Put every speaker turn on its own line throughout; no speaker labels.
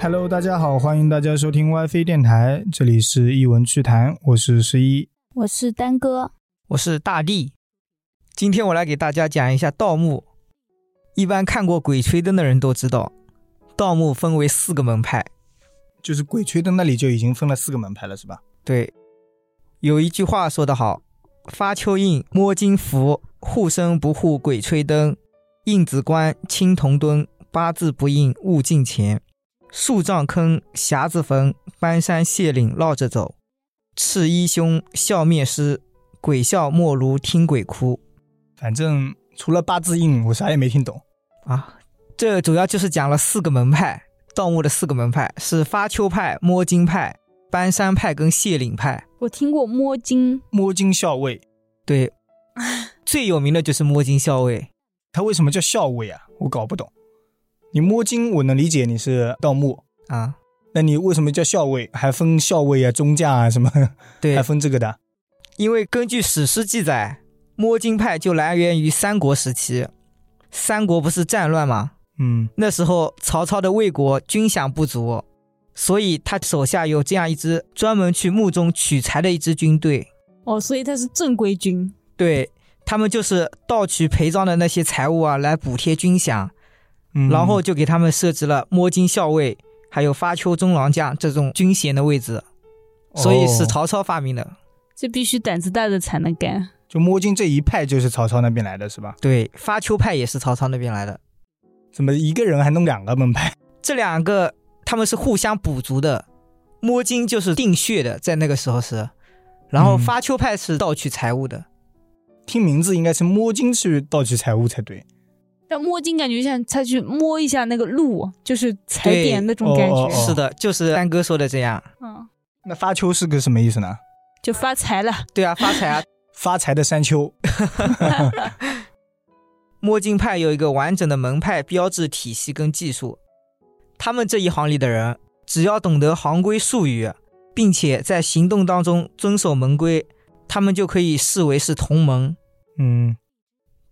Hello，大家好，欢迎大家收听 WiFi 电台，这里是一文趣谈，我是十一。
我是丹哥，
我是大力，今天我来给大家讲一下盗墓。一般看过《鬼吹灯》的人都知道，盗墓分为四个门派。
就是鬼吹灯那里就已经分了四个门派了，是吧？
对，有一句话说得好：“发蚯蚓，摸金符，护身不护鬼吹灯。印子棺，青铜墩，八字不应勿近前。树葬坑，匣子坟，搬山卸岭绕着走。赤衣兄，笑面师，鬼笑莫如听鬼哭。”
反正除了八字印，我啥也没听懂。
啊，这主要就是讲了四个门派，盗墓的四个门派是发丘派、摸金派、搬山派跟卸岭派。
我听过摸金，
摸金校尉，
对，最有名的就是摸金校尉。
他为什么叫校尉啊？我搞不懂。你摸金我能理解你是盗墓，
啊，
那你为什么叫校尉？还分校尉啊、中将啊什么，还
对，
分这个的？
因为根据史诗记载，摸金派就来源于三国时期。三国不是战乱吗？
嗯，
那时候曹操的魏国军饷不足，所以他手下有这样一支专门去墓中取材的一支军队。
哦，所以他是正规军，
对他们就是盗取陪葬的那些财物啊，来补贴军饷，
嗯
然后就给他们设置了摸金校尉，还有发丘中郎将这种军衔的位置，所以是
哦
曹操发明的。
这必须胆子大的才能干。
就摸金这一派就是曹操那边来的，是吧？
对，发丘派也是曹操那边来的。
怎么一个人还弄两个门派？
这两个他们是互相补足的，摸金就是定穴的，在那个时候是，然
嗯
后发丘派是盗取财物的。
听名字应该是摸金去盗取财物才对。
但摸金感觉像他去摸一下那个路，就是踩
对哦
点那种感
哦
觉，
哦
是的，就是三哥说的这样。
嗯，
那发丘是个什么意思呢？
就发财了。
对啊，发财啊，
发财的山丘。
摸金派有一个完整的门派标志体系跟技术，他们这一行里的人只要懂得行规术语，并且在行动当中遵守门规，他们就可以视为是同盟。
嗯，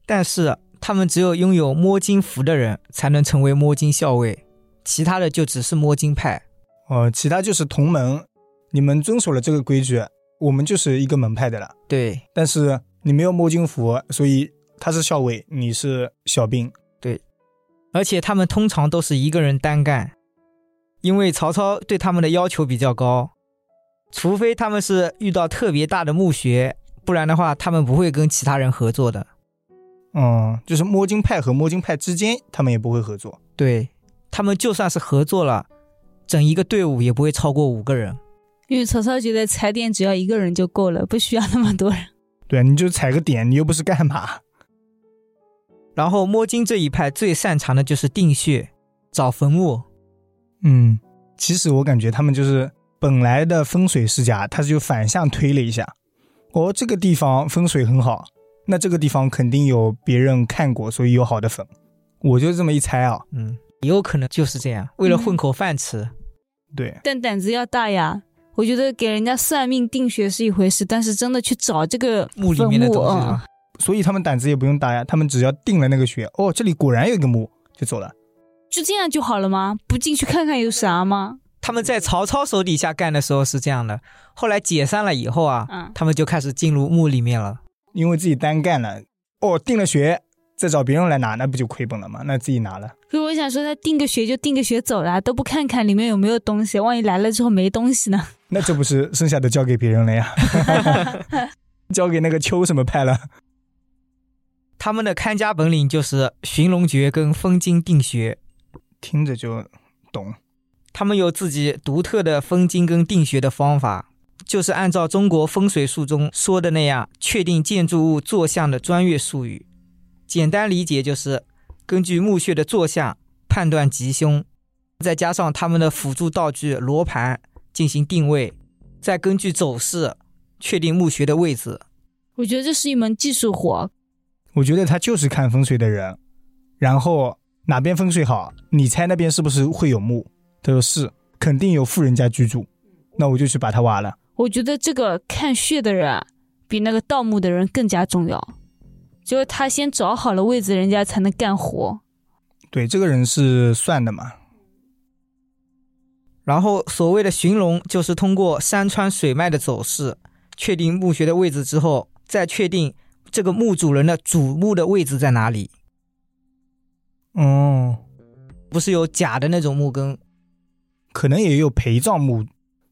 但是，他们只有拥有摸金符的人才能成为摸金校尉，其他的就只是摸金派。
哦，其他就是同盟，你们遵守了这个规矩，我们就是一个门派的了。
对
但是你没有摸金符，所以他是校尉，你是小兵。
而且他们通常都是一个人单干，因为曹操对他们的要求比较高，除非他们是遇到特别大的墓穴，不然的话他们不会跟其他人合作的。
嗯，就是摸金派和摸金派之间，他们也不会合作。
对他们就算是合作了，整一个队伍也不会超过五个人。
因为曹操觉得踩点只要一个人就够了，不需要那么多人。
对，啊你就踩个点，你又不是干嘛？
然后摸金这一派最擅长的就是定穴、找坟墓。
嗯，其实我感觉他们就是本来的风水世家，他就反向推了一下，哦，这个地方风水很好，那这个地方肯定有别人看过，所以有好的坟。我就这么一猜啊，
嗯，也有可能就是这样，为了
嗯
混口饭吃。
对，
但胆子要大呀。我觉得给人家算命定穴是一回事，但是真的去找这个
墓里
坟
面的
墓
东西是啊
嗯
吧
所以他们胆子也不用大呀，他们只要定了那个穴，哦，这里果然有一个墓，就走了。
就这样就好了吗？不进去看看有啥吗？
他们在曹操手底下干的时候是这样的，后来解散了以后啊，
嗯
他们就开始进入墓里面了。
因为自己单干了，哦，定了穴，再找别人来拿，那不就亏本了吗？那自己拿了，
可是我想说，他定个穴就定个穴走了，啊都不看看里面有没有东西，万一来了之后没东西呢？
那这不是剩下的交给别人了呀？ 交给那个丘什么派了？
他们的看家本领就是寻龙诀跟封金定穴，
听着就懂。
他们有自己独特的封金跟定穴的方法，就是按照中国风水术中说的那样，确定建筑物坐向的专业术语。简单理解就是根据墓穴的坐向判断吉凶，再加上他们的辅助道具罗盘进行定位，再根据走势确定墓穴的位置。
我觉得这是一门技术活，
我觉得他就是看风水的人，然后哪边风水好，你猜那边是不是会有墓？他说是，肯定有富人家居住，那我就去把它挖了。
我觉得这个看穴的人啊，比那个盗墓的人更加重要，就是他先找好了位置，人家才能干活。
对，这个人是算的嘛。
然后所谓的寻龙，就是通过山川水脉的走势，确定墓穴的位置之后，再确定这个墓主人的主墓的位置在哪里。
哦，
不是有假的那种墓根，
可能也有陪葬墓。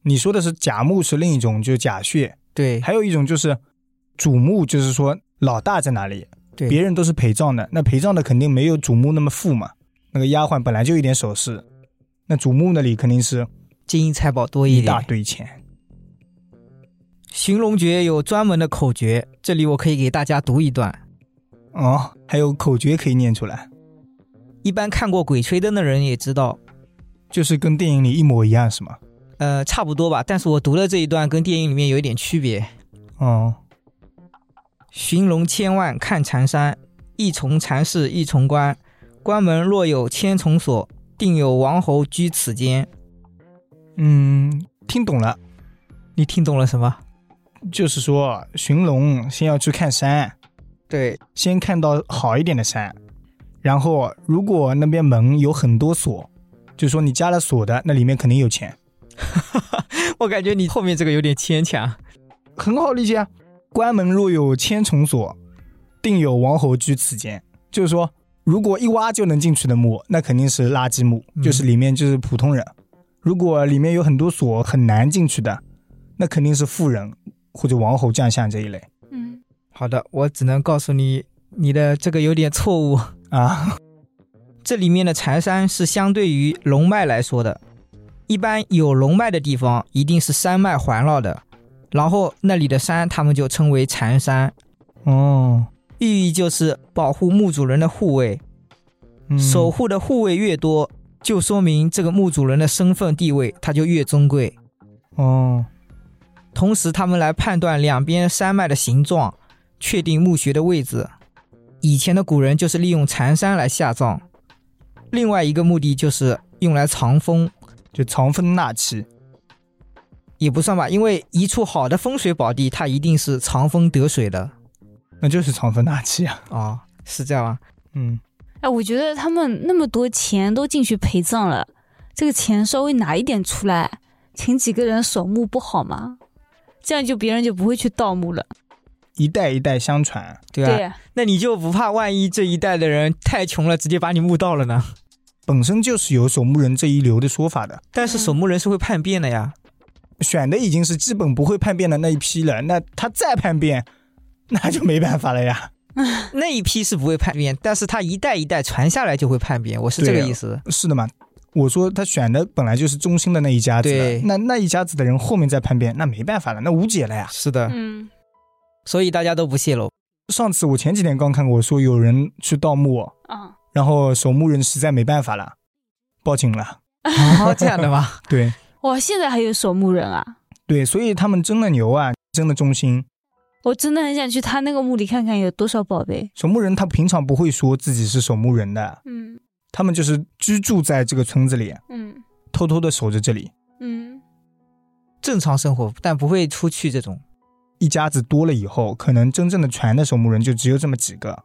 你说的是甲木是另一种，就是甲穴，
对
还有一种就是主墓，就是说老大在哪里，
对，
别人都是陪葬的，那陪葬的肯定没有主墓那么富嘛。那个丫鬟本来就一点首饰，那主墓那里肯定是
金银财宝多一
一
点。
大堆钱。
寻龙诀有专门的口诀，这里我可以给大家读一段。
哦，还有口诀可以念出来，
一般看过《鬼吹灯》的人也知道，
就是跟电影里一模一样，是吗？
呃，差不多吧。但是我读了这一段，跟电影里面有一点区别。
哦，
寻龙千万看缠山，一重禅室一重关，关门若有千重锁，定有王侯居此间。
嗯，听懂了，
你听懂了什么？
就是说寻龙先要去看山，
对，
先看到好一点的山，然后如果那边门有很多锁，就说你加了锁的，那里面肯定有钱，
我感觉你后面这个有点牵强。
很好理解啊。关门若有千重锁，定有王侯居此间。就是说，如果一挖就能进去的墓，那肯定是垃圾墓，
嗯
就是里面就是普通人；如果里面有很多锁，很难进去的，那肯定是富人或者王侯将相这一类
嗯，
好的，我只能告诉你，你的这个有点错误。
啊。
这里面的缠山是相对于龙脉来说的，一般有龙脉的地方一定是山脉环绕的，然后那里的山他们就称为缠山，
哦，
寓意就是保护墓主人的护卫，
嗯
守护的护卫越多，就说明这个墓主人的身份地位他就越尊贵。
哦，
同时，他们来判断两边山脉的形状，确定墓穴的位置。以前的古人就是利用缠山来下葬，另外一个目的就是用来藏风。
就藏风纳气。
也不算吧，因为一处好的风水宝地，它一定是藏风得水的
那就是藏风纳气啊。
啊、是这样啊吗？
嗯，
哎，我觉得他们那么多钱都进去陪葬了，这个钱稍微拿一点出来，请几个人守墓不好吗？这样就别人就不会去盗墓了。
一代一代相传，
对啊吧、
啊
那你就不怕万一这一代的人太穷了，直接把你墓盗了呢？
本身就是有守墓人这一流的说法的。
但是守墓人是会叛变的呀，
选的已经是基本不会叛变的那一批了，那他再叛变， 那就没办法了呀。
那一批是不会叛变，但是他一代一代传下来就会叛变，我是这
对
个
啊
意思。
是的嘛？我说他选的本来就是中心的那一家子的
对，
那那一家子的人后面再叛变，那没办法了，那无解了呀。
是的，
嗯，
所以大家都不泄露。
上次我前几天刚看过，说有人去盗墓，
啊，
然后守墓人实在没办法了，报警了。
哦，这样的吗？
对
哇，现在还有守墓人啊！
对，所以他们真的牛啊，真的忠心。
我真的很想去他那个墓里看看有多少宝贝。
守墓人他平常不会说自己是守墓人的，
嗯
他们就是居住在这个村子里，
嗯
偷偷的守着这里。
嗯，
正常生活，但不会出去这种。
一家子多了以后，可能真正的传的守墓人就只有这么几个，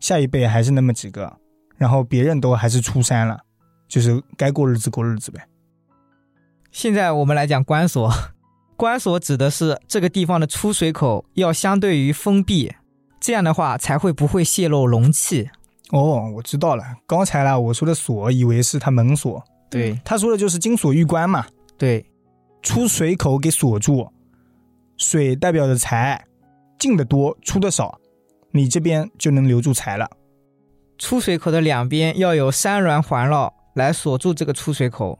下一辈还是那么几个，然后别人都还是出山了，就是该过日子过日子呗。
现在我们来讲关锁， 关锁指的是这个地方的出水口要相对于封闭，这样的话才会不会泄露龙气。
哦，我知道了，刚才啦我说的锁，以为是他门锁，
对
他说的就是金锁玉关嘛，
对，
出水口给锁住，水代表着财，进的多出的少，你这边就能留住财了。
出水口的两边要有山峦环绕来锁住这个出水口，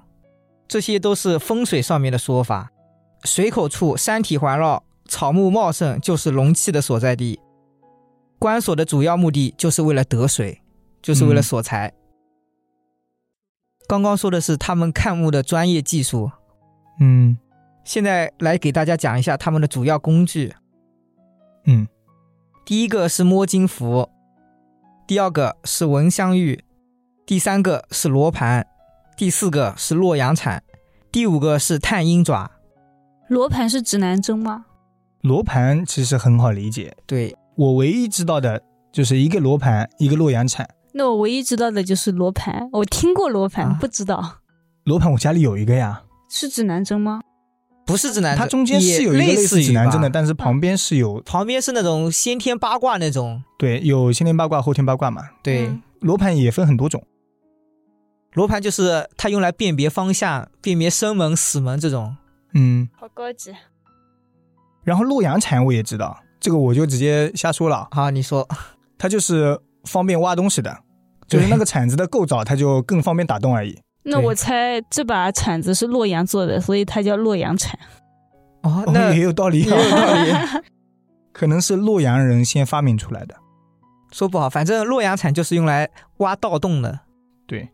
这些都是风水上面的说法。水口处山体环绕，草木茂盛，就是龙气的所在地。关锁的主要目的就是为了得水，就是为了
嗯
锁财。刚刚说的是他们看墓的专业技术，
嗯
现在来给大家讲一下他们的主要工具。
嗯，
第一个是摸金符，第二个是蚊香玉，第三个是罗盘，第四个是洛阳铲，第五个是探鹰爪。
罗盘是指南针吗？
罗盘其实很好理解，
对，
我唯一知道的就是一个罗盘，一个洛阳铲。
那我唯一知道的就是罗盘，我听过罗盘，
啊
不知道。
罗盘我家里有一个呀，
是指南针吗？
不是指南针，
它中间是有一个
也
类
类
似
似
指南针的，
于吧嗯
但是旁边是有
旁边是那种先天八卦那种。
对有先天八卦、后天八卦嘛。
对，
嗯
罗盘也分很多种，
罗盘就是它用来辨别方向、辨别生门、死门这种。
嗯，
好高级。
然后洛阳铲我也知道，这个我就直接瞎说了啊，
啊，你说
它就是方便挖东西的，就是
对
那个铲子的构造，它就更方便打洞而已。
那
对
我猜这把铲子是洛阳做的，所以它叫洛阳铲。
哦，
哦
那
也有道理，
也有道理。
可能是洛阳人先发明出来的。
说不好，反正洛阳铲就是用来挖盗洞的。
对，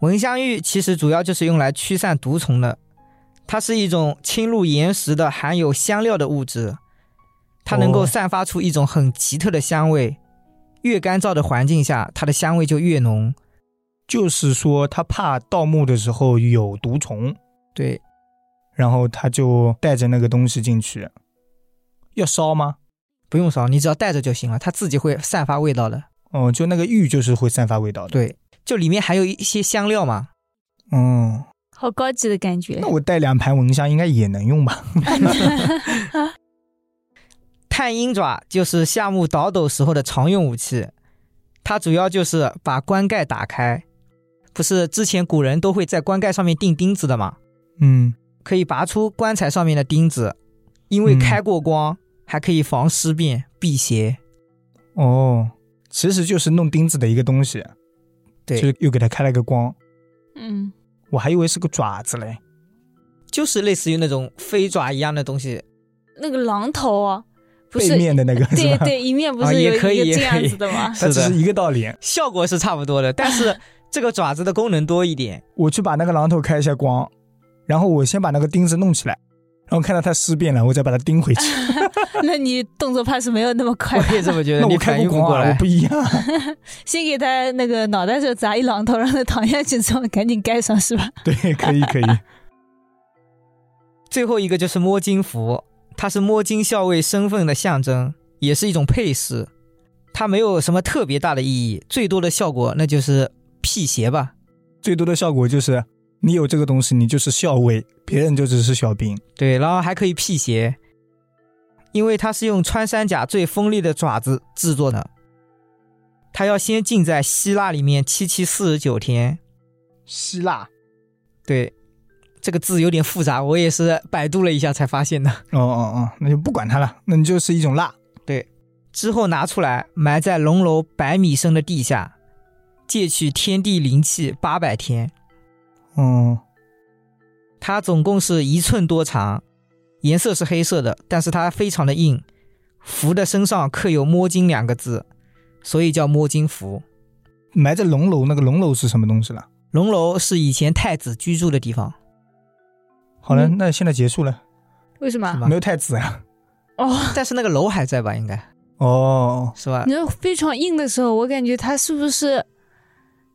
蚊香玉其实主要就是用来驱散毒虫的，它是一种侵入岩石的含有香料的物质，它能够
哦
散发出一种很奇特的香味。越干燥的环境下，它的香味就越浓。
就是说他怕盗墓的时候有毒虫，
对，
然后他就带着那个东西进去。要烧吗？
不用烧，你只要带着就行了，它自己会散发味道的。
哦，就那个玉就是会散发味道的。，
对，就里面还有一些香料嘛。
嗯，
好高级的感觉
那。我带两盘蚊香应该也能用吧？
探鹰爪就是夏目倒斗时候的常用武器，它主要就是把棺盖打开，不是之前古人都会在棺盖上面钉钉子的嘛，
嗯，
可以拔出棺材上面的钉子，因为
嗯
开过光，还可以防尸变、辟邪。
哦，其实就是弄钉子的一个东西，
对，
就是又给它开了个光，
嗯，
我还以为是个爪子嘞。
就是类似于那种飞爪一样的东西，
那个狼头啊，不是
背面的 那个是
对
吧？
对，一面不
啊
是
也
有一
可
个
以也
这
可
样
以
子的吗？
它只
是
是
的
一个道理。
效果是差不多的，但是这个爪子的功能多 一点。
我去把那个榔头开一下光，然后我先把那个钉子弄起来，然后看到它尸变了，我再把它钉回去。
那你动作怕是没有那么快
我
吧？
也这么觉得，
那
你
我
反
开
应
过
不
光
过
啊，我
来
不。一样。
先给他那个脑袋上砸一榔头，让他躺下去之后赶紧盖上是吧？
对，可以可以。
最后一个就是摸金符，它是摸金校尉身份的象征，也是一种配饰。它没有什么特别大的意义，最多的效果那就是辟邪吧。
最多的效果就是你有这个东西，你就是校尉，别人就只是小兵。
对，然后还可以辟邪，因为它是用穿山甲最锋利的爪子制作的。它要先浸在希腊里面七七四十九天。
希腊，
对，这个字有点复杂，我也是百度了一下才发现的。
哦哦哦，那就不管它了，那你就是一种蜡。
之后拿出来埋在龙楼百米深的地下，借取天地灵气八百天。
嗯，
它总共是一寸多长，颜色是黑色的，但是它非常的硬。符的身上刻有“摸金”两个字，所以叫摸金符。
埋在龙楼，那个龙楼是什么东西了？
龙楼是以前太子居住的地方，
好了，
嗯
那现在结束了，
为什么
是吧
没有太子啊。
哦，
但是那个楼还在吧？应该
哦，
是吧
你？说非常硬的时候，我感觉他是不是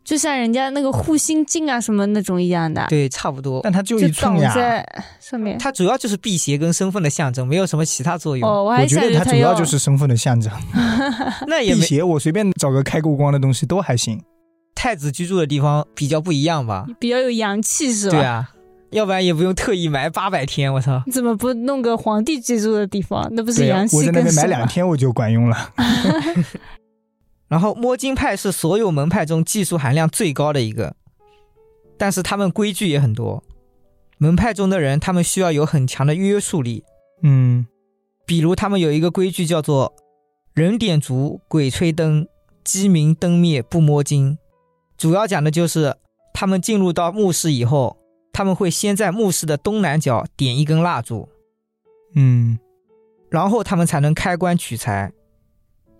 就像人家那个护心镜啊什么那种一样的，
对，差不多。
但它就
就
一寸
挡
呀。哎
在上面。
它主要就是辟邪跟身份的象征，没有什么其他作用。
哦，我还
我觉
想
得
着
它
他
主要
要
就是身份的象征。
那也
辟
没
邪，我随便找个开过光的东西都还行。
太子居住的地方比较不一样吧？
比较有阳气是吧？
对啊，要不然也不用特意埋八百天。我操，
你怎么不弄个皇帝居住的地方？那不是
对呀
阳，气
我在那
更
边买
盛
两
吗？
天我就管用了。
然后摸金派是所有门派中技术含量最高的一个，但是他们规矩也很多。门派中的人，他们需要有很强的约束力，
嗯，
比如他们有一个规矩叫做“人点烛，鬼吹灯，鸡鸣灯灭不摸金”，主要讲的就是他们进入到墓室以后，他们会先在墓室的东南角点一根蜡烛，
嗯，
然后他们才能开棺取材。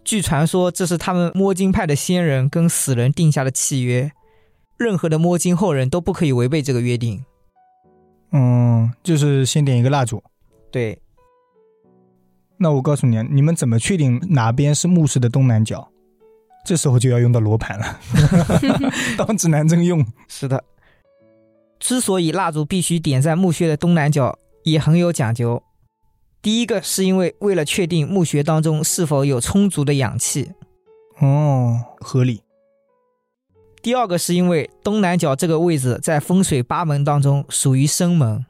据传说，这是他们摸金派的先人跟死人定下的契约，任何的摸金后人都不可以违背这个约定。
嗯，就是先点一个蜡烛。
对，
那我告诉你，你们怎么确定哪边是墓室的东南角？这时候就要用到罗盘了， 当指南针用。
是的。之所以蜡烛必须点在墓穴的东南角，也很有讲究。第一个是因为为了确定墓穴当中是否有充足的氧气，
哦，合理。
第二个是因为东南角这个位置在风水八门当中属于生门，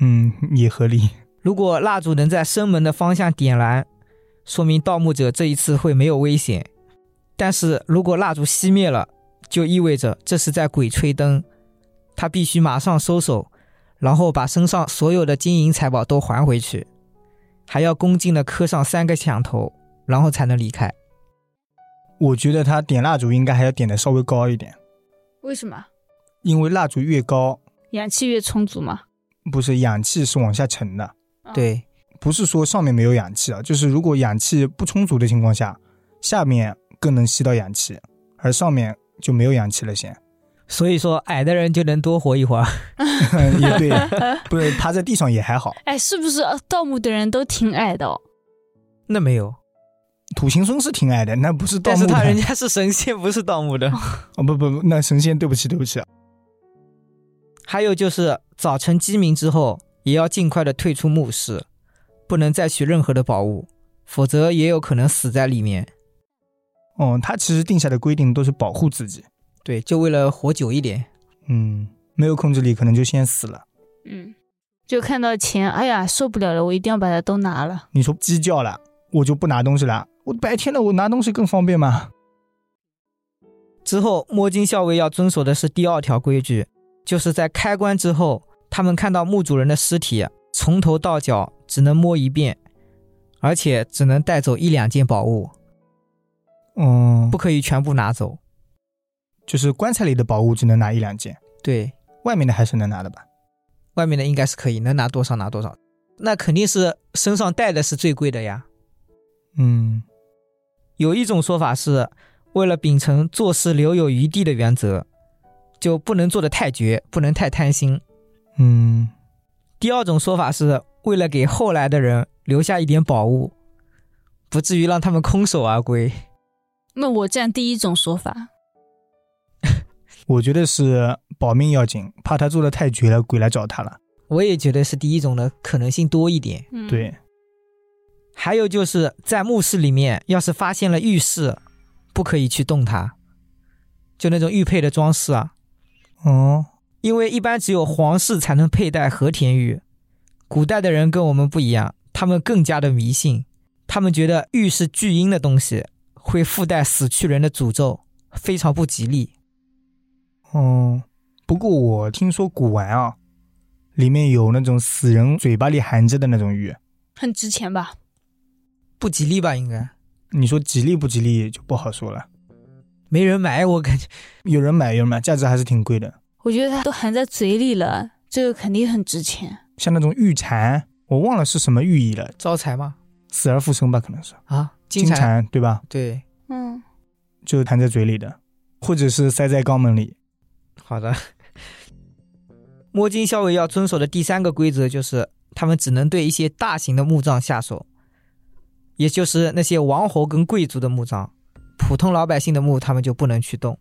嗯，也合理。
如果蜡烛能在生门的方向点燃，说明盗墓者这一次会没有危险。但是如果蜡烛熄灭了，就意味着这是在鬼吹灯，他必须马上收手，然后把身上所有的金银财宝都还回去，还要恭敬的磕上三个响头，然后才能离开。
我觉得他点蜡烛应该还要点的稍微高一点，
为什么？
因为蜡烛越高，
氧气越充足嘛。
不是氧气是往下沉的，
啊，
对，
不是说上面没有氧气啊，就是如果氧气不充足的情况下，下面更能吸到氧气，而上面就没有氧气了先。
所以说矮的人就能多活一会儿。
也对， 不是趴在地上也还好。
哎，是不是呃盗墓的人都挺矮的、哦？
那没有，
土行孙是挺矮的，那不是盗
但
墓
是他人
的。
家是神仙，不是盗墓的。
哦，不不不，那神仙，对不起对不起，啊
还有就是早晨鸡鸣之后，也要尽快的退出墓室，不能再取任何的宝物，否则也有可能死在里面。
哦，他其实定下的规定都是保护自己，
对，就为了活久一点。
嗯，没有控制力可能就先死了。
嗯，就看到钱，哎呀，受不了了，我一定要把它都拿了。
你说鸡叫了，我就不拿东西了，我白天了我拿东西更方便嘛。
之后，摸金校尉要遵守的是第二条规矩，就是在开棺之后，他们看到墓主人的尸体，从头到脚只能摸一遍，而且只能带走一两件宝物，
嗯，
不可以全部拿走。
就是棺材里的宝物只能拿一两件，
对，
外面的还是能拿的吧？
外面的应该是可以，能拿多少拿多少。那肯定是身上带的是最贵的呀。
嗯，
有一种说法是，为了秉承做事留有余地的原则，就不能做得太绝，不能太贪心。
嗯，
第二种说法是为了给后来的人留下一点宝物，不至于让他们空手而归。
那我占第一种说法，
我觉得是保命要紧，怕他做的太绝了，鬼来找他了。
我也觉得是第一种的可能性多一点。
嗯，，
对，
还有就是在墓室里面，要是发现了玉饰，不可以去动它，就那种玉佩的装饰啊，
哦，
因为一般只有皇室才能佩戴和田玉。古代的人跟我们不一样，他们更加的迷信，他们觉得玉是巨阴的东西，会附带死去人的诅咒，非常不吉利。
哦，不过我听说古玩啊，里面有那种死人嘴巴里含着的那种玉，
很值钱吧？
不吉利吧？应该
你说吉利不吉利就不好说了。
没人买，我感觉。
有人买，有人买，价值还是挺贵的。
我觉得它都含在嘴里了，这个肯定很值钱。
像那种玉蝉，我忘了是什么寓意了，
招财吗？
死而复生吧，可能是
啊，
金
蝉。
蝉对吧？
对，
嗯，
就含在嘴里的，或者是塞在肛门里。
好的。摸金校尉要遵守的第三个规则就是，他们只能对一些大型的墓葬下手，也就是那些王侯跟贵族的墓葬，普通老百姓的墓他们就不能去动。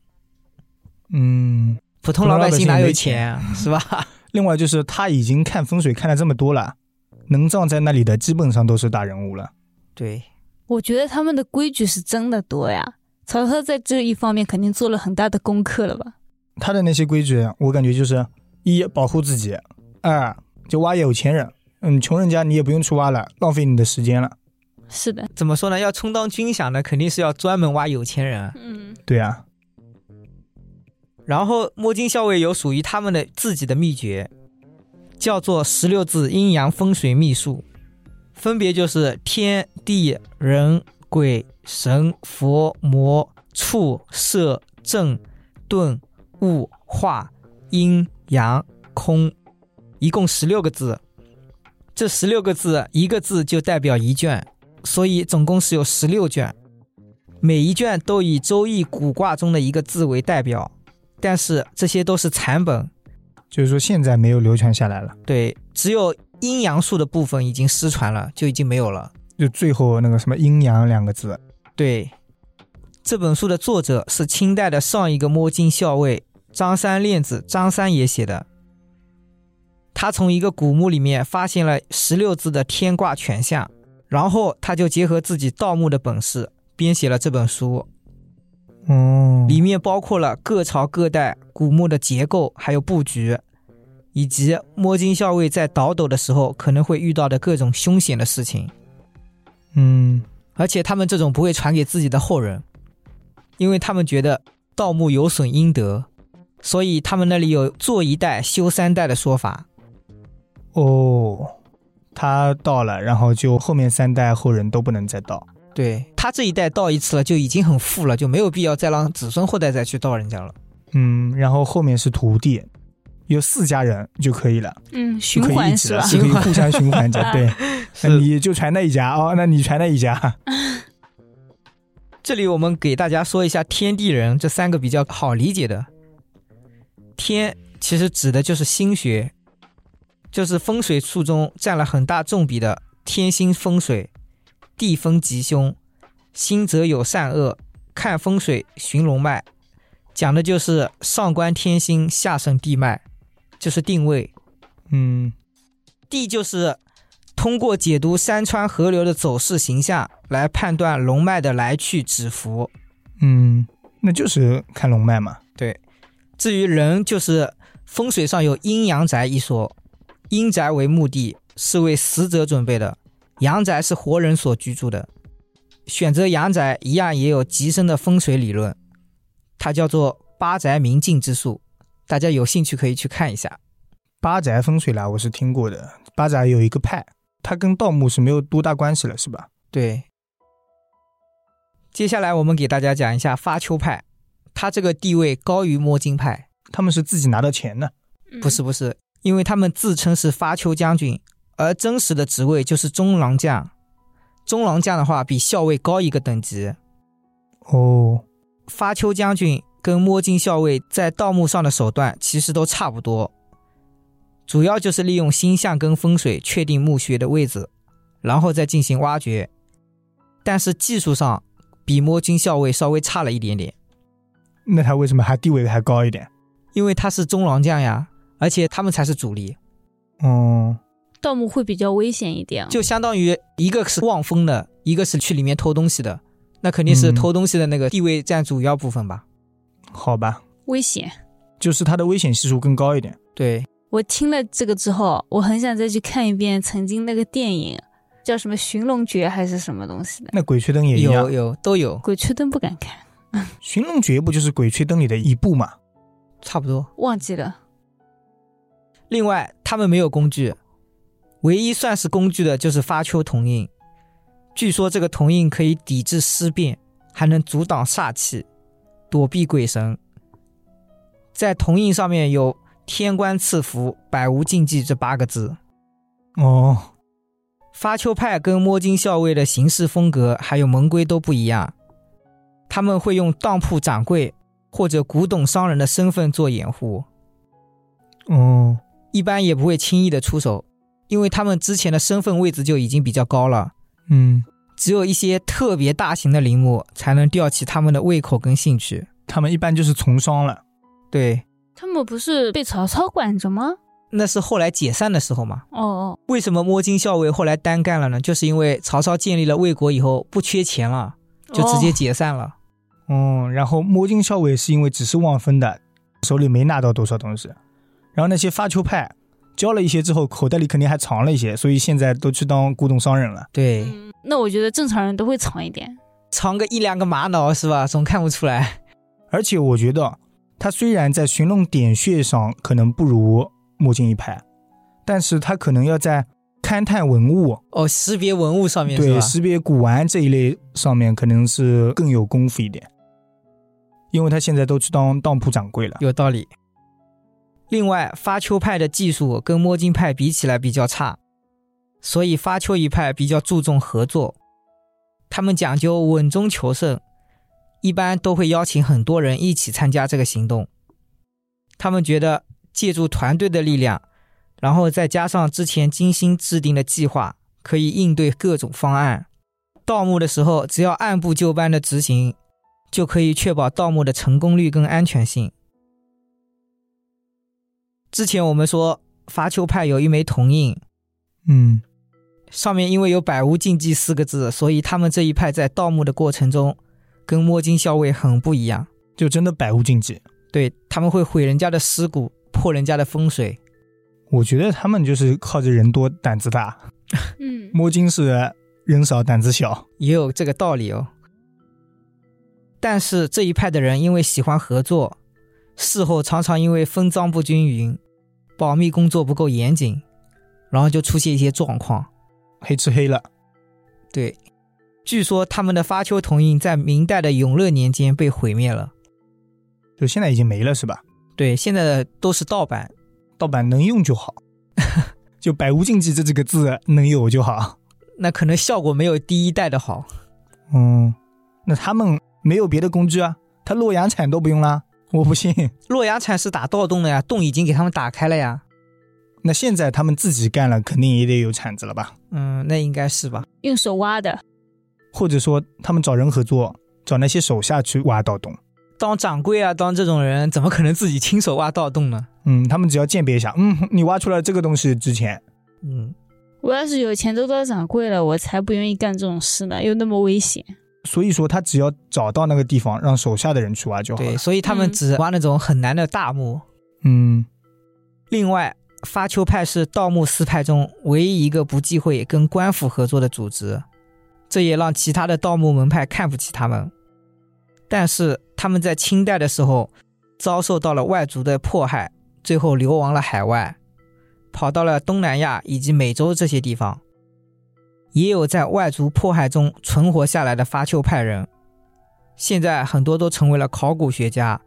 嗯，
普通老百姓哪有钱啊，是吧？
另外就是他已经看风水看了这么多了，能葬在那里的基本上都是大人物了。
对，
我觉得他们的规矩是真的多呀。曹操在这一方面肯定做了很大的功课了吧？
他的那些规矩，我感觉就是一保护自己，二就挖有钱人，嗯，穷人家你也不用去挖了，浪费你的时间了。
是的，
怎么说呢？要充当军饷呢，肯定是要专门挖有钱人啊。
嗯，
对啊，
然后摸金校尉有属于他们的自己的秘诀，叫做十六字阴阳风水秘术，分别就是天地人鬼神佛魔畜舍正遁物化阴阳空，一共十六个字。这十六个字，一个字就代表一卷，所以总共是有十六卷，每一卷都以《周易》古卦中的一个字为代表。但是这些都是残本，
就是说现在没有流传下来了，
对，只有阴阳术的部分已经失传了，就已经没有了。
就最后那个什么阴阳两个字，
对，这本书的作者是清代的上一个摸金校尉张三链子张三爷写的。他从一个古墓里面发现了十六字的天卦全象，然后他就结合自己盗墓的本事编写了这本书。
哦，
里面包括了各朝各代古墓的结构还有布局，以及摸金校尉在倒斗的时候可能会遇到的各种凶险的事情。
嗯
而且他们这种不会传给自己的后人，因为他们觉得盗墓有损阴德，所以他们那里有“做一代修三代”的说法。
哦，他到了，然后就后面三代后人都不能再到。
对他这一代盗一次了，就已经很富了，就没有必要再让子孙后代再去盗人家了。
嗯，然后后面是徒弟，有四家人就可以了，
嗯，
就
循
可以一
环
直啊
是
了
吧？
就可以互相循 环着。对，那
是
你就传那一家哦，那你传那一家。
这里我们给大家说一下“天地人”这三个比较好理解的。天其实指的就是心学，就是风水术中占了很大重比的天心风水，地风吉凶，心则有善恶，看风水寻龙脉，讲的就是上观天心，下生地脉，就是定位。
嗯
地就是通过解读山川河流的走势形象来判断龙脉的来去止伏。
嗯，那就是看龙脉嘛。
至于人，就是风水上有阴阳宅一说，阴宅为墓地，是为死者准备的；阳宅是活人所居住的。选择阳宅一样也有极深的风水理论，它叫做八宅明镜之术，大家有兴趣可以去看一下。
八宅风水啦，我是听过的。八宅有一个派，它跟盗墓是没有多大关系了，是吧？
对，接下来我们给大家讲一下发丘派，它这个地位高于摸金派。
他们是自己拿到钱的。
嗯
不是不是，因为他们自称是发丘将军，而真实的职位就是中郎将。中郎将的话比校尉高一个等级。
哦，
发丘将军跟摸金校尉在盗墓上的手段其实都差不多，主要就是利用星象跟风水确定墓穴的位置，然后再进行挖掘。但是技术上比摸金校尉稍微差了一点点，
那他为什么还地位还高一点？
因为他是中郎将呀，而且他们才是主力。
哦，
盗墓会比较危险一点，哦
就相当于一个是望风的，一个是去里面偷东西的，那肯定是
嗯
偷东西的那个地位占主要部分吧？
好吧，
危险。
就是它的危险系数更高一点。
对，
我听了这个之后，我很想再去看一遍曾经那个电影，叫什么《寻龙诀》还是什么东西的，
那鬼吹灯也一
有
样，
有都有
《，鬼吹灯》不敢看，
寻龙诀不就是鬼吹灯里的一部嘛？
差不多。
忘记了。
另外，他们没有工具，唯一算是工具的就是发丘铜印。据说这个铜印可以抵制尸变，还能阻挡煞气，躲避鬼神。在铜印上面有“天官赐福，百无禁忌”这八个字。
哦，
发丘派跟摸金校尉的行事风格还有门规都不一样，他们会用当铺掌柜或者古董商人的身份做掩护，
哦，
一般也不会轻易的出手，因为他们之前的身份位置就已经比较高了，
嗯，
只有一些特别大型的陵墓才能吊起他们的胃口跟兴趣。
他们一般就是从商了。
对，
他们不是被曹操管着吗？
那是后来解散的时候嘛。
哦哦，
为什么摸金校尉后来单干了呢？就是因为曹操建立了魏国以后不缺钱了，就直接
哦
解散了。
哦，然后摸金校尉是因为只是望风的，手里没拿到多少东西，然后那些发丘派交了一些之后，口袋里肯定还藏了一些，所以现在都去当古董商人了。
对，
嗯那我觉得正常人都会藏一 点。
藏个一两个玛瑙是吧？总看不出来。
而且我觉得，他虽然在寻龙点穴上可能不如摸金一派，但是他可能要在勘探文物、
哦，识别文物上面是
对
吧？
识别古玩这一类上面，可能是更有功夫一点，因为他现在都去当当铺掌柜了。
有道理。另外，发丘派的技术跟摸金派比起来比较差，所以发丘一派比较注重合作，他们讲究稳中求胜，一般都会邀请很多人一起参加这个行动。他们觉得借助团队的力量，然后再加上之前精心制定的计划，可以应对各种方案。盗墓的时候，只要按部就班的执行，就可以确保盗墓的成功率跟安全性。之前我们说伐丘派有一枚铜印，
嗯，
上面因为有“百无禁忌”四个字，所以他们这一派在盗墓的过程中跟摸金校尉很不一样，
就真的百无禁忌。
对他们会毁人家的尸骨，破人家的风水。
我觉得他们就是靠着人多胆子大，
嗯，
摸金是人少胆子小。
也有这个道理哦。但是这一派的人因为喜欢合作，事后常常因为分赃不均匀、保密工作不够严谨，然后就出现一些状况。
黑吃黑了，
对，据说他们的发丘铜印在明代的永乐年间被毁灭了。
就现在已经没了是吧？
对，现在的都是盗版。
盗版能用就 好，就百无禁忌这几个字能有就好。
那可能效果没有第一代的好。
嗯，那他们没有别的工具啊，他洛阳铲都不用啦，我不信。
洛阳铲是打盗洞的呀，洞已经给他们打开了呀。
那现在他们自己干了，肯定也得有铲子了吧？
嗯，那应该是吧。
用手挖的，
或者说他们找人合作，找那些手下去挖盗洞。
当掌柜啊，当这种人，怎么可能自己亲手挖盗洞呢？
嗯，他们只要鉴别一下，嗯，你挖出来这个东西值钱，
嗯，
我要是有钱都当掌柜了，我才不愿意干这种事呢，又那么危险。
所以说他只要找到那个地方，让手下的人去挖就好
对，
了。
所以他们
嗯
只挖那种很难的大墓。
嗯，
另外，发丘派是盗墓四派中唯一一个不忌讳跟官府合作的组织，这也让其他的盗墓门派看不起他们。但是他们在清代的时候遭受到了外族的迫害，最后流亡了海外，跑到了东南亚以及美洲这些地方。也有在外族迫害中存活下来的发丘派人，现在很多都成为了考古学家，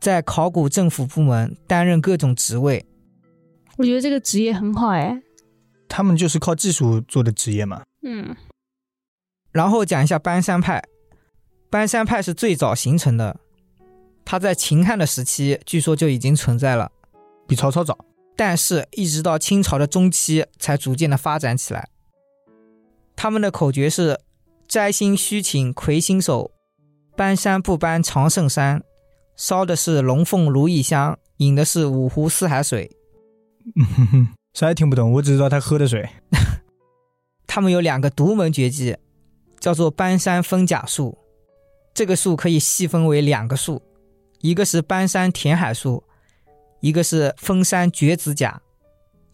在考古政府部门担任各种职位，
我觉得这个职业很好哎，
他们就是靠技术做的职业嘛。
嗯，
然后讲一下班山派，班山派是最早形成的，它在秦汉的时期据说就已经存在了，
比曹操早，
但是一直到清朝的中期才逐渐的发展起来。他们的口诀是：摘星须请魁星手，搬山不搬长胜山，烧的是龙凤如意香，饮的是五湖四海水。
嗯哼哼，啥也听不懂，我只知道他喝的水。
他们有两个独门绝技，叫做搬山分甲术。这个术可以细分为两个术，一个是搬山填海术，一个是分山绝子甲。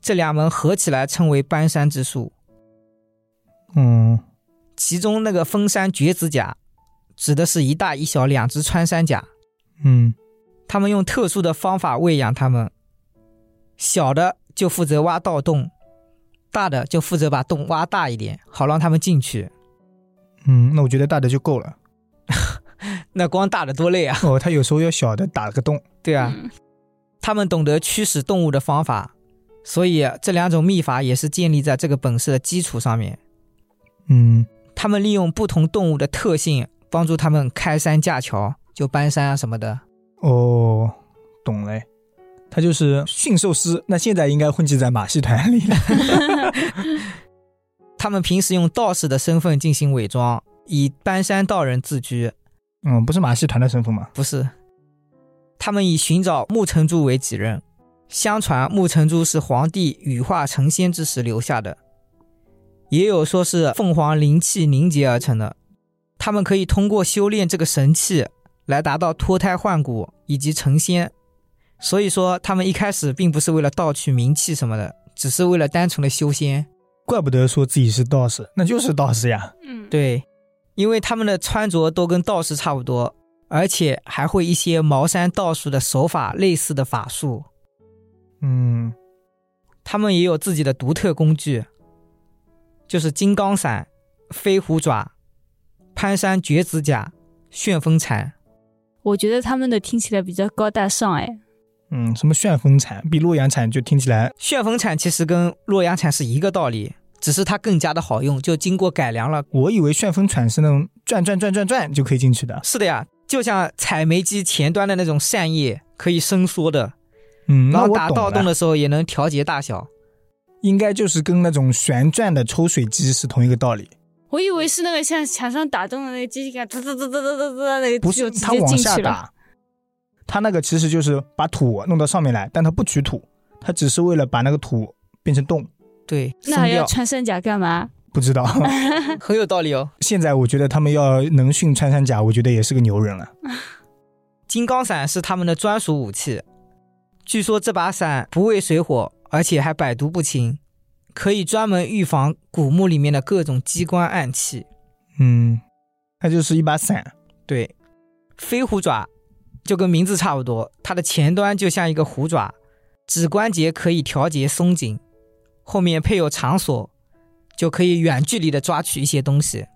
这两门合起来称为搬山之术。
嗯，
其中那个分山绝子甲，指的是一大一小两只穿山甲，
嗯，
他们用特殊的方法喂养它们。小的就负责挖盗洞，大的就负责把洞挖大一点，好让它们进去。
嗯，那我觉得大的就够了。
那光大的多累啊！
哦，他有时候要小的打个洞。
对
对啊，他们懂得驱使动物的方法，所以这两种秘法也是建立在这个本事的基础上面。
嗯，
他们利用不同动物的特性，帮助他们开山架桥，就搬山啊什么的。
哦，懂嘞，他就是驯兽师，那现在应该混迹在马戏团里了。
他们平时用道士的身份进行伪装，以搬山道人自居，
嗯，不是马戏团的身份吗？
不是。他们以寻找木城珠为己任。相传木城珠是皇帝羽化成仙之时留下的，也有说是凤凰灵气凝结而成的。他们可以通过修炼这个神器来达到脱胎换骨以及成仙。所以说，他们一开始并不是为了盗取名气什么的，只是为了单纯的修仙。
怪不得说自己是道士，那就是道士呀。
嗯，
对，因为他们的穿着都跟道士差不多，而且还会一些茅山道术的手法类似的法术。
嗯，
他们也有自己的独特工具，就是金刚伞、飞虎爪、攀山绝子甲、旋风铲。
我觉得他们的听起来比较高大上哎，
嗯，什么旋风铲比洛阳铲就听起来，
旋风铲其实跟洛阳铲是一个道理，只是它更加的好用，就经过改良了。
我以为旋风铲是那种转转转转转就可以进去的。
是的呀，就像采煤机前端的那种扇叶，可以伸缩的，
嗯，
然
那
后
我
打盗
懂
洞
了，
的时候也能调节大小。
应该就是跟那种旋转的抽水机是同一个道理，
我以为是那个像墙上打洞的那个机器感，哒哒哒哒哒哒哒那个
不
就是直
它
接
往
进
下
去了。
打，它那个其实就是把土弄到上面来，但它不取土，它只是为了把那个土变成洞。
对，
那
松
还要
掉
穿山甲干嘛？
不知道。
很有道理哦。
现在我觉得他们要能训穿山甲，我觉得也是个牛人了。
金刚伞是他们的专属武器，据说这把伞不畏水火，而且还百毒不侵，可以专门预防古墓里面的各种机关暗器。
嗯，它就是一把伞。
对，飞虎爪就跟名字差不多，它的前端就像一个虎爪，指关节可以调节松紧，后面配有长锁，就可以远距离的抓取一些东西。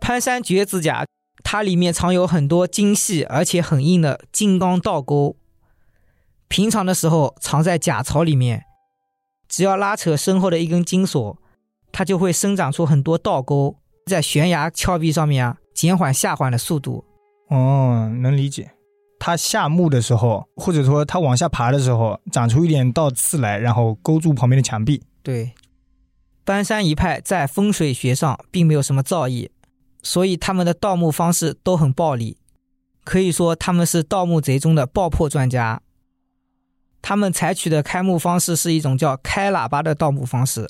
攀山绝子甲，它里面藏有很多精细而且很硬的金刚倒钩，平常的时候藏在甲槽里面，只要拉扯身后的一根金锁，它就会生长出很多倒钩，在悬崖峭壁上面啊，减缓下缓的速度。
哦，能理解。它下墓的时候，或者说它往下爬的时候，长出一点倒刺来，然后勾住旁边的墙壁。
对，搬山一派在风水学上并没有什么造诣，所以他们的盗墓方式都很暴力，可以说他们是盗墓贼中的爆破专家。他们采取的开墓方式是一种叫开喇叭的盗墓方式，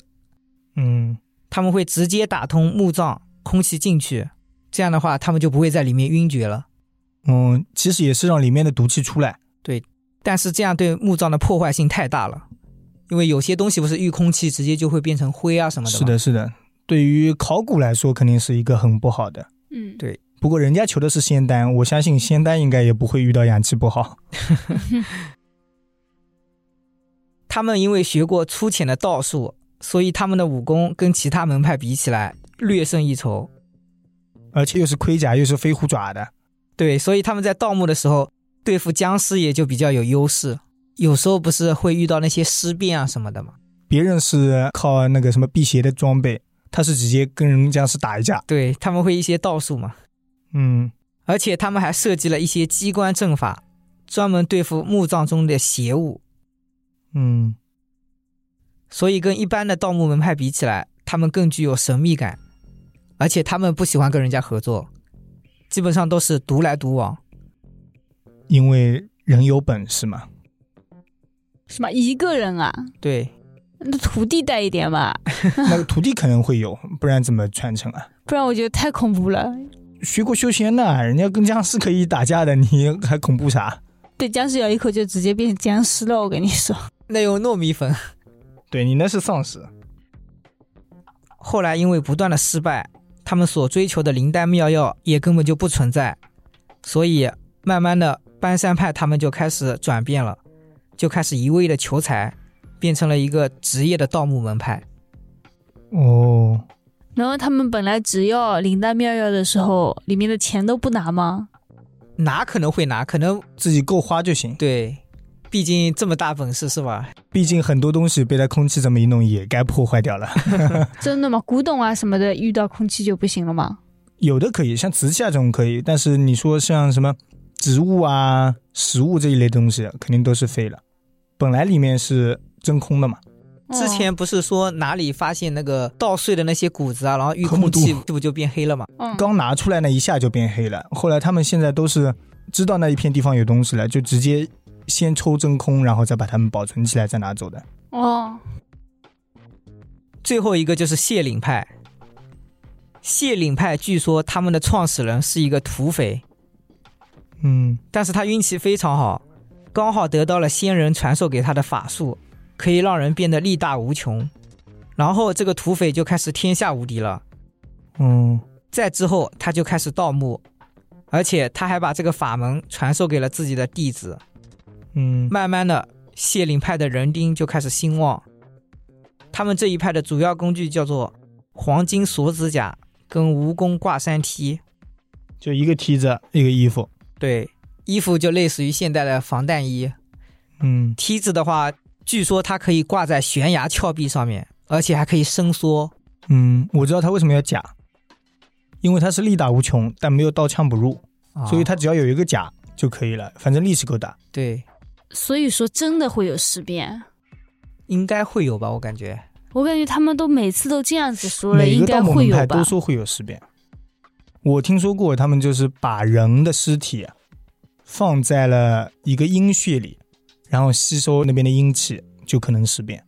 嗯，
他们会直接打通墓葬，空气进去，这样的话他们就不会在里面晕厥了。
嗯，其实也是让里面的毒气出来。
但是这样对墓葬的破坏性太大了，因为有些东西不是遇空气直接就会变成灰啊什么的。
是，的，是的。对于考古来说，肯定是一个很不好的。
嗯，
对
不过人家求的是仙丹，我相信仙丹应该也不会遇到氧气不好。
他们因为学过粗浅的道术，所以他们的武功跟其他门派比起来略胜一筹。
而且又是盔甲，又是飞虎爪的。
对，所以他们在盗墓的时候对付僵尸也就比较有优势。有时候不是会遇到那些尸变啊什么的嘛？
别人是靠那个什么辟邪的装备，他是直接跟人家是打一架。
对他们会一些道术嘛，
嗯，
而且他们还设计了一些机关阵法，专门对付墓葬中的邪物。
嗯，
所以跟一般的盗墓门派比起来，他们更具有神秘感，而且他们不喜欢跟人家合作，基本上都是独来独往。
因为人有本事嘛。
什么一个人啊？
对，
那徒弟带一点吧，
那个徒弟可能会有，不然怎么传承啊？
不然我觉得太恐怖了，
学过修仙的，人家跟僵尸可以打架的，你还恐怖啥？
被僵尸咬一口就直接变成僵尸了。我跟你说，
那用糯米粉。
对你那是丧尸。
后来因为不断的失败，他们所追求的灵丹妙药也根本就不存在，所以慢慢的搬山派他们就开始转变了，就开始一味的求财，变成了一个职业的盗墓门派。
哦，
然后他们本来只要灵丹妙药的时候，里面的钱都不拿吗？
拿可能会拿，可能
自己够花就行，
对，毕竟这么大本事是吧？
毕竟很多东西被它空气这么一弄，也该破坏掉了。
真的吗？古董啊什么的，遇到空气就不行了吗？
有的可以，像瓷器啊这种可以，但是你说像什么植物啊、食物这一类东西，肯定都是废了。本来里面是真空的嘛，
之前不是说哪里发现那个稻穗的那些谷子啊，然后遇
和睦
空气
度
这不就变黑了嘛？
嗯，
刚拿出来那一下就变黑了。后来他们现在都是知道那一片地方有东西了，就直接先抽真空，然后再把它们保存起来，再拿走的。
哦，
最后一个就是谢岭派。谢岭派据说他们的创始人是一个土匪，
嗯，
但是他运气非常好，刚好得到了仙人传授给他的法术，可以让人变得力大无穷。然后这个土匪就开始天下无敌了。
哦，
再之后，他就开始盗墓，而且他还把这个法门传授给了自己的弟子。
嗯，
慢慢的，谢岭派的人丁就开始兴旺。他们这一派的主要工具叫做黄金锁子甲跟蜈蚣挂山梯，
就一个梯子，一个衣服。
对，衣服就类似于现代的防弹衣。
嗯，
梯子的话，据说它可以挂在悬崖峭壁上面，而且还可以伸缩。
嗯，我知道他为什么要甲，因为他是力大无穷，但没有刀枪不入，所以他
它
只要有一个甲就可以了，反正力气够大。
对
所以说真的会有尸变。
应该会有吧，我感觉。
我感觉他们都每次都这样子说了，
每
应
个
该
盗墓
会
门
有
派
吧
都？说会有尸变。我听说过，他们就是把人的尸体啊放在了一个阴穴里，然后吸收那边的阴气，就可能尸变。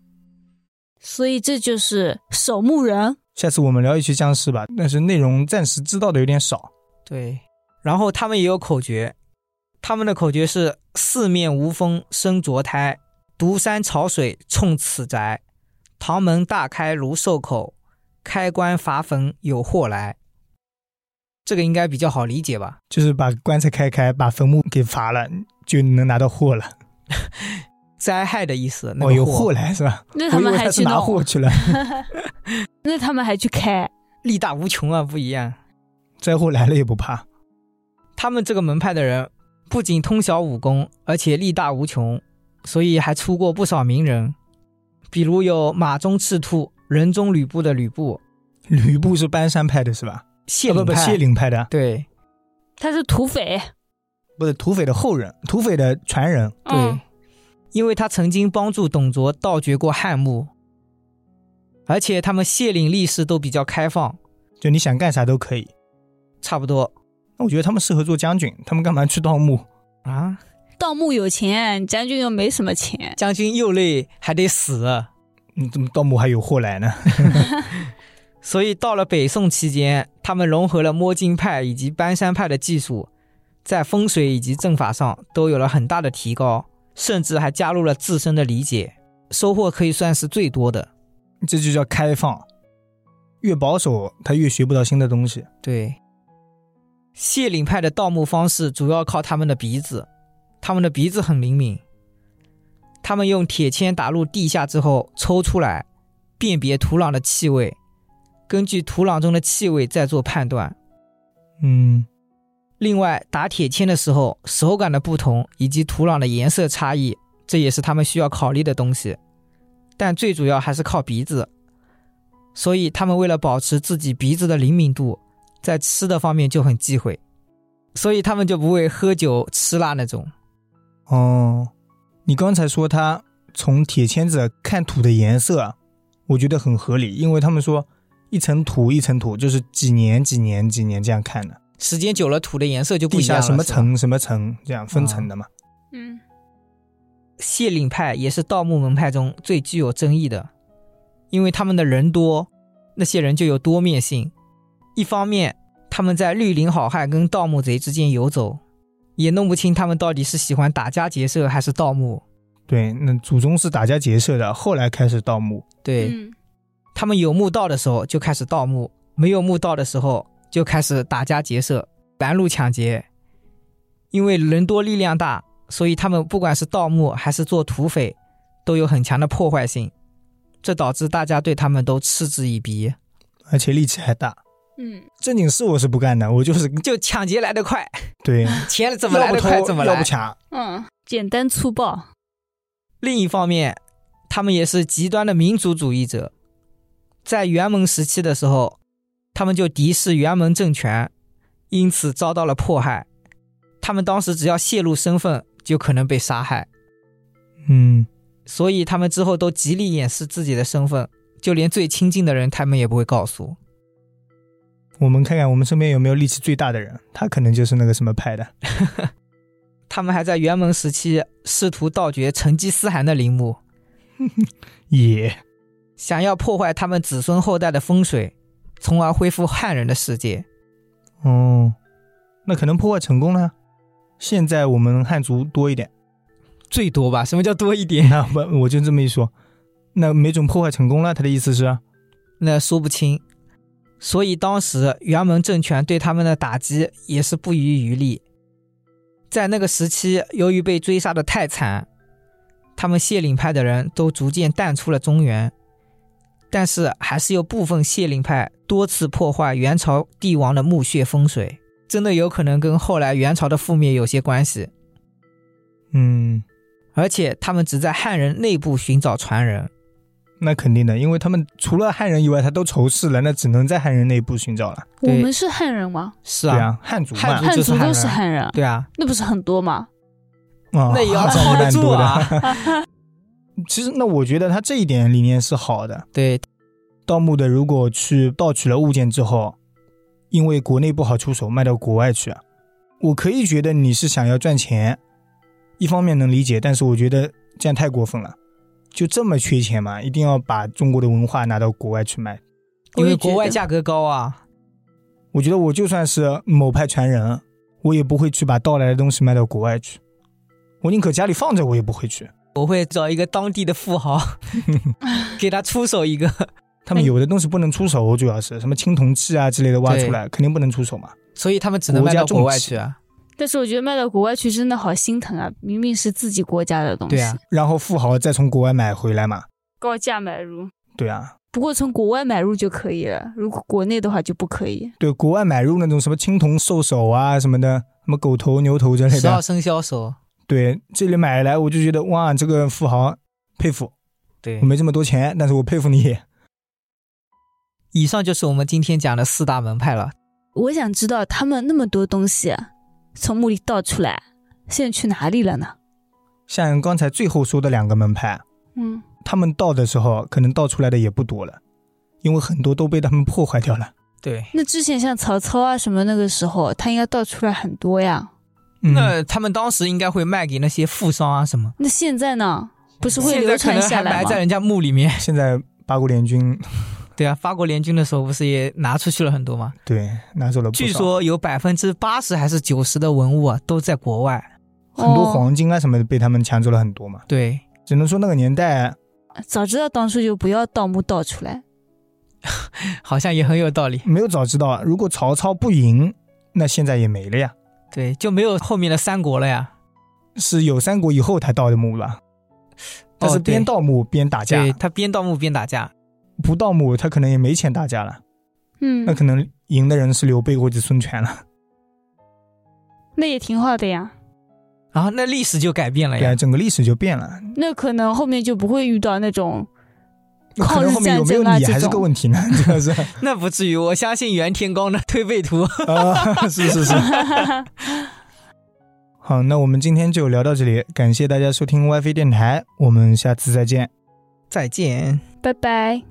所以这就是守墓人。
下次我们聊一期僵尸吧，但是内容暂时知道的有点少。
对，然后他们也有口诀，他们的口诀是“四面无风生浊胎，独山潮水冲此宅，唐门大开如兽口，开棺伐坟有祸来”。这个应该比较好理解吧？
就是把棺材开开，把坟墓给伐了，就能拿到货了。
灾害的意思，那
哦，
个
有
祸
货来是吧？
那
我
他
以
们
为
还
他是
去
拿
弄，
货去了，
那他们还去开，
力大无穷啊，不一样。
灾祸来了也不怕。
他们这个门派的人不仅通晓武功，而且力大无穷，所以还出过不少名人，比如有马中赤兔、人中吕布的吕布、
吕布是搬山派的是吧？
谢
啊
灵
不
派、
不，谢灵派的
对
他是土匪，
不是土匪的后人，土匪的传人。
对、
嗯
因为他曾经帮助董卓盗掘过汉墓，而且他们谢灵力士都比较开放，
就你想干啥都可以。
差不多
那我觉得他们适合做将军，他们干嘛去盗墓？
啊，
盗墓有钱，将军又没什么钱，
将军又累还得死，啊
你嗯怎么盗墓还有祸来呢？
所以到了北宋期间，他们融合了摸金派以及搬山派的技术，在风水以及阵法上都有了很大的提高，甚至还加入了自身的理解，收获可以算是最多的。
这就叫开放。越保守，他越学不到新的东西。
对，谢岭派的盗墓方式主要靠他们的鼻子，他们的鼻子很灵敏，他们用铁签打入地下之后抽出来，辨别土壤的气味，根据土壤中的气味再做判断。
嗯，
另外，打铁签的时候，手感的不同以及土壤的颜色差异，这也是他们需要考虑的东西。但最主要还是靠鼻子，所以他们为了保持自己鼻子的灵敏度，在吃的方面就很忌讳，所以他们就不会喝酒吃辣那种。
哦，你刚才说他从铁签子看土的颜色，啊我觉得很合理，因为他们说一层土一层土，就是几年几年几年这样看的，
时间久了，土的颜色就不
地
一
下
样了。
什么
是吧？
层什么层这样分层的嘛。
嗯，
谢岭派也是盗墓门派中最具有争议的，因为他们的人多，那些人就有多面性。一方面，他们在绿林好汉跟盗墓贼之间游走，也弄不清他们到底是喜欢打家劫舍还是盗墓。
对，那祖宗是打家劫舍的，后来开始盗墓。
对、
嗯
他们有墓道的时候就开始盗墓，没有墓道的时候就开始打家劫舍、拦路抢劫。因为人多力量大，所以他们不管是盗墓还是做土匪，都有很强的破坏性，这导致大家对他们都嗤之以鼻。
而且力气还大。
嗯，
正经事我是不干的，我就是
就抢劫来得快，
对，
钱怎么
要
来
不
得
偷
快怎么
要
来
不。抢，
嗯，简单粗暴，
另一方面，他们也是极端的民族主义者。在元蒙时期的时候，他们就敌视元蒙政权，因此遭到了迫害。他们当时只要泄露身份，就可能被杀害，
嗯，
所以他们之后都极力掩饰自己的身份，就连最亲近的人，他们也不会告诉。
我们看看我们身边有没有力气最大的人，他可能就是那个什么派的。
他们还在元蒙时期试图盗掘成吉思汗的陵墓，
也，
想要破坏他们子孙后代的风水，从而恢复汉人的世界。
哦，那可能破坏成功了。现在我们汉族多一点，
最多吧？什么叫多一 点？
那我我就这么一说，那没准破坏成功了。他的意思是，
那说不清。所以当时元蒙政权对他们的打击也是不遗余力。在那个时期，由于被追杀的太惨，他们谢岭派的人都逐渐淡出了中原，但是还是有部分谢岭派多次破坏元朝帝王的墓穴风水，真的有可能跟后来元朝的覆灭有些关系。
嗯，
而且他们只在汉人内部寻找传人，
那肯定的，因为他们除了汉人以外，他都仇视了，那只能在汉人内部寻找了。
我
对
们是汉人吗？
是
对
啊，
啊，汉族嘛，
汉
汉
就
族
是汉
都
人
是汉人，
对啊，哦
那不是很多吗？
啊，
那也 要
找
靠
的
得
蛮
住
多的。
啊。
其实，那我觉得他这一点理念是好的，
对，
盗墓的如果去盗取了物件之后，因为国内不好出手，卖到国外去，啊我可以觉得你是想要赚钱，一方面能理解，但是我觉得这样太过分了。就这么缺钱吗？一定要把中国的文化拿到国外去卖？
我
因
也
为
觉得
国外价格高啊。
我觉得我就算是某派传人，我也不会去把盗来的东西卖到国外去，我宁可家里放着，我也不会去。
我会找一个当地的富 豪，给他出手一个。
他们有的东西不能出手，主要是什么青铜器啊之类的挖出来，肯定不能出手嘛。
所以他们只能卖到国外去啊。
但是我觉得卖到国外去真的好心疼啊！明明是自己国家的东西，
对 啊，
然后富豪再从国外买回来嘛。
高价买入。
对啊，
不过从国外买入就可以了，如果国内的话就不可以。
对国外买入那种什么青铜兽首啊什么的，什么狗头、牛头之类
十二
的。
生肖手，
对，这里买来我就觉得哇，这个富豪佩服。
对
我。没这么多钱，但是我佩服你。
以上就是我们今天讲的四大门派了。
我想知道他们那么多东西啊从墓里倒出来，现在去哪里了呢？
像刚才最后说的两个门派，
嗯，
他们盗的时候，可能盗出来的也不多了，因为很多都被他们破坏掉了。
对，
那之前像曹操啊什么那个时候，他应该倒出来很多呀。
嗯、
那他们当时应该会卖给那些富商啊什么，
那现在呢？不是会
现
流
在可
传
能
下
还
来
埋
吗哦
在？人家墓里面。
现在八国联军
对啊，法国联军的时候不是也拿出去了很多吗？
对拿走了不少，
据说有百分之八十还是九十的文物啊都在国外。
很多
哦
黄金啊什么的被他们抢走了很多嘛。
对，
只能说那个年代，
早知道当初就不要盗墓盗出来。
好像也很有道理。
没有早知道，如果曹操不赢，那现在也没了呀。
对，就没有后面的三国了呀。
是有三国以后才盗的墓吧？但是
哦对
边盗墓边打架，
对他边盗墓边打架。
不盗墓他可能也没钱打架了，
嗯
那可能赢的人是刘备或者孙权了。
那也挺好的呀。
然啊后那历史就改变了
对啊，
哎呀。
整个历史就变了。
那可能后面就不会遇到那种
可
抗
能
日
后面有
战
没有
争啊
你
这
还是个
种。
问题呢，主要是
那不至于，我相信袁天罡的推背图。
啊，是是是。 好，那我们今天就聊到这里，感谢大家收听 WiFi 电台，我们下次再见。
再见。
拜拜。